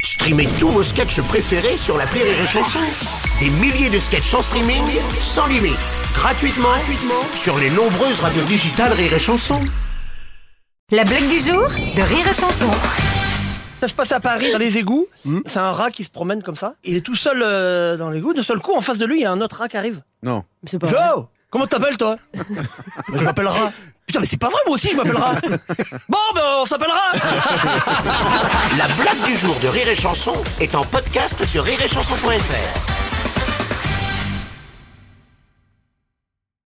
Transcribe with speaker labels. Speaker 1: Streamez tous vos sketchs préférés sur la Rire et Chanson. Des milliers de sketchs en streaming, sans limite, gratuitement, gratuitement sur les nombreuses radios digitales Rire et Chanson.
Speaker 2: La blague du jour de Rire et Chanson.
Speaker 3: Ça se passe à Paris, dans les égouts. C'est un rat qui se promène comme ça. Il est tout seul euh, dans l'égout. De seul coup, en face de lui, il y a un autre rat qui arrive.
Speaker 4: Non.
Speaker 2: C'est
Speaker 3: Il
Speaker 2: pas
Speaker 3: fait, Oh Comment t'appelles, toi Bah, Je m'appelle rat. Putain, mais c'est pas vrai, moi aussi, je m'appelle rat. Bon, ben, on s'appellera
Speaker 1: La blague du jour de Rire et Chanson est en podcast sur rireetchanson.fr.